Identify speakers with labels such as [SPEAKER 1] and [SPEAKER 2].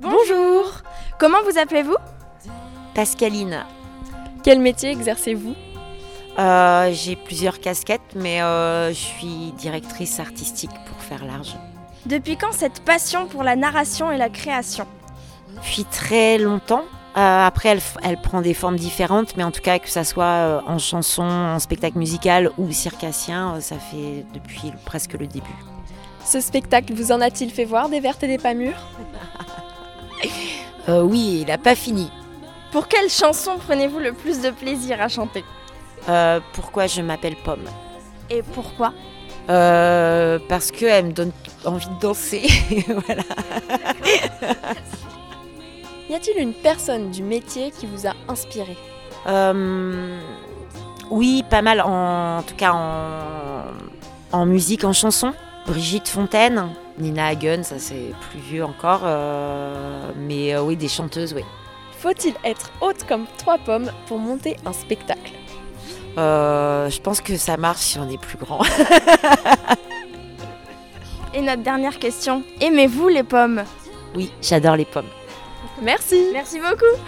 [SPEAKER 1] Bonjour
[SPEAKER 2] Comment vous appelez-vous
[SPEAKER 1] Pascaline,
[SPEAKER 2] Quel métier exercez-vous
[SPEAKER 1] euh, j'ai plusieurs casquettes, mais euh, je suis directrice artistique pour faire large.
[SPEAKER 2] Depuis quand cette passion pour la narration et la création
[SPEAKER 1] Depuis très longtemps, euh, après elle, f- elle prend des formes différentes, mais en tout cas que ça soit euh, en chanson, en spectacle musical ou circassien, euh, ça fait depuis presque le début.
[SPEAKER 2] Ce spectacle vous en a-t-il fait voir des vertes et des pas mûres
[SPEAKER 1] Euh, oui, il n'a pas fini.
[SPEAKER 2] Pour quelle chanson prenez-vous le plus de plaisir à chanter
[SPEAKER 1] Euh, pourquoi je m'appelle Pomme
[SPEAKER 2] Et pourquoi
[SPEAKER 1] Euh, Parce qu'elle me donne envie de danser. voilà.
[SPEAKER 2] Y a-t-il une personne du métier qui vous a inspiré
[SPEAKER 1] Euh, oui, pas mal, en, en tout cas en, en musique, en chanson. Brigitte Fontaine, Nina Hagen, ça c'est plus vieux encore, euh, mais euh, oui, des chanteuses, oui.
[SPEAKER 2] Faut-il être haute comme trois pommes pour monter un spectacle
[SPEAKER 1] Euh, je pense que ça marche si on est plus grand.
[SPEAKER 2] Et notre dernière question, aimez-vous les pommes
[SPEAKER 1] oui, j'adore les pommes.
[SPEAKER 2] Merci
[SPEAKER 3] Merci beaucoup.